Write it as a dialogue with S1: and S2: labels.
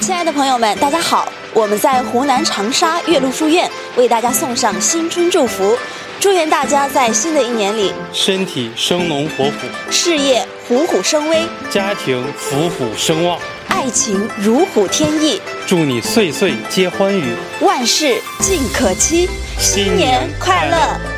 S1: 亲爱的朋友们，大家好！我们在湖南长沙岳麓书院为大家送上新春祝福，祝愿大家在新的一年里
S2: 身体生龙活虎，
S1: 事业虎虎生威，
S2: 家庭福虎生旺，
S1: 爱情如虎添翼，
S2: 祝你岁岁皆欢愉，
S1: 万事尽可期，新年快乐！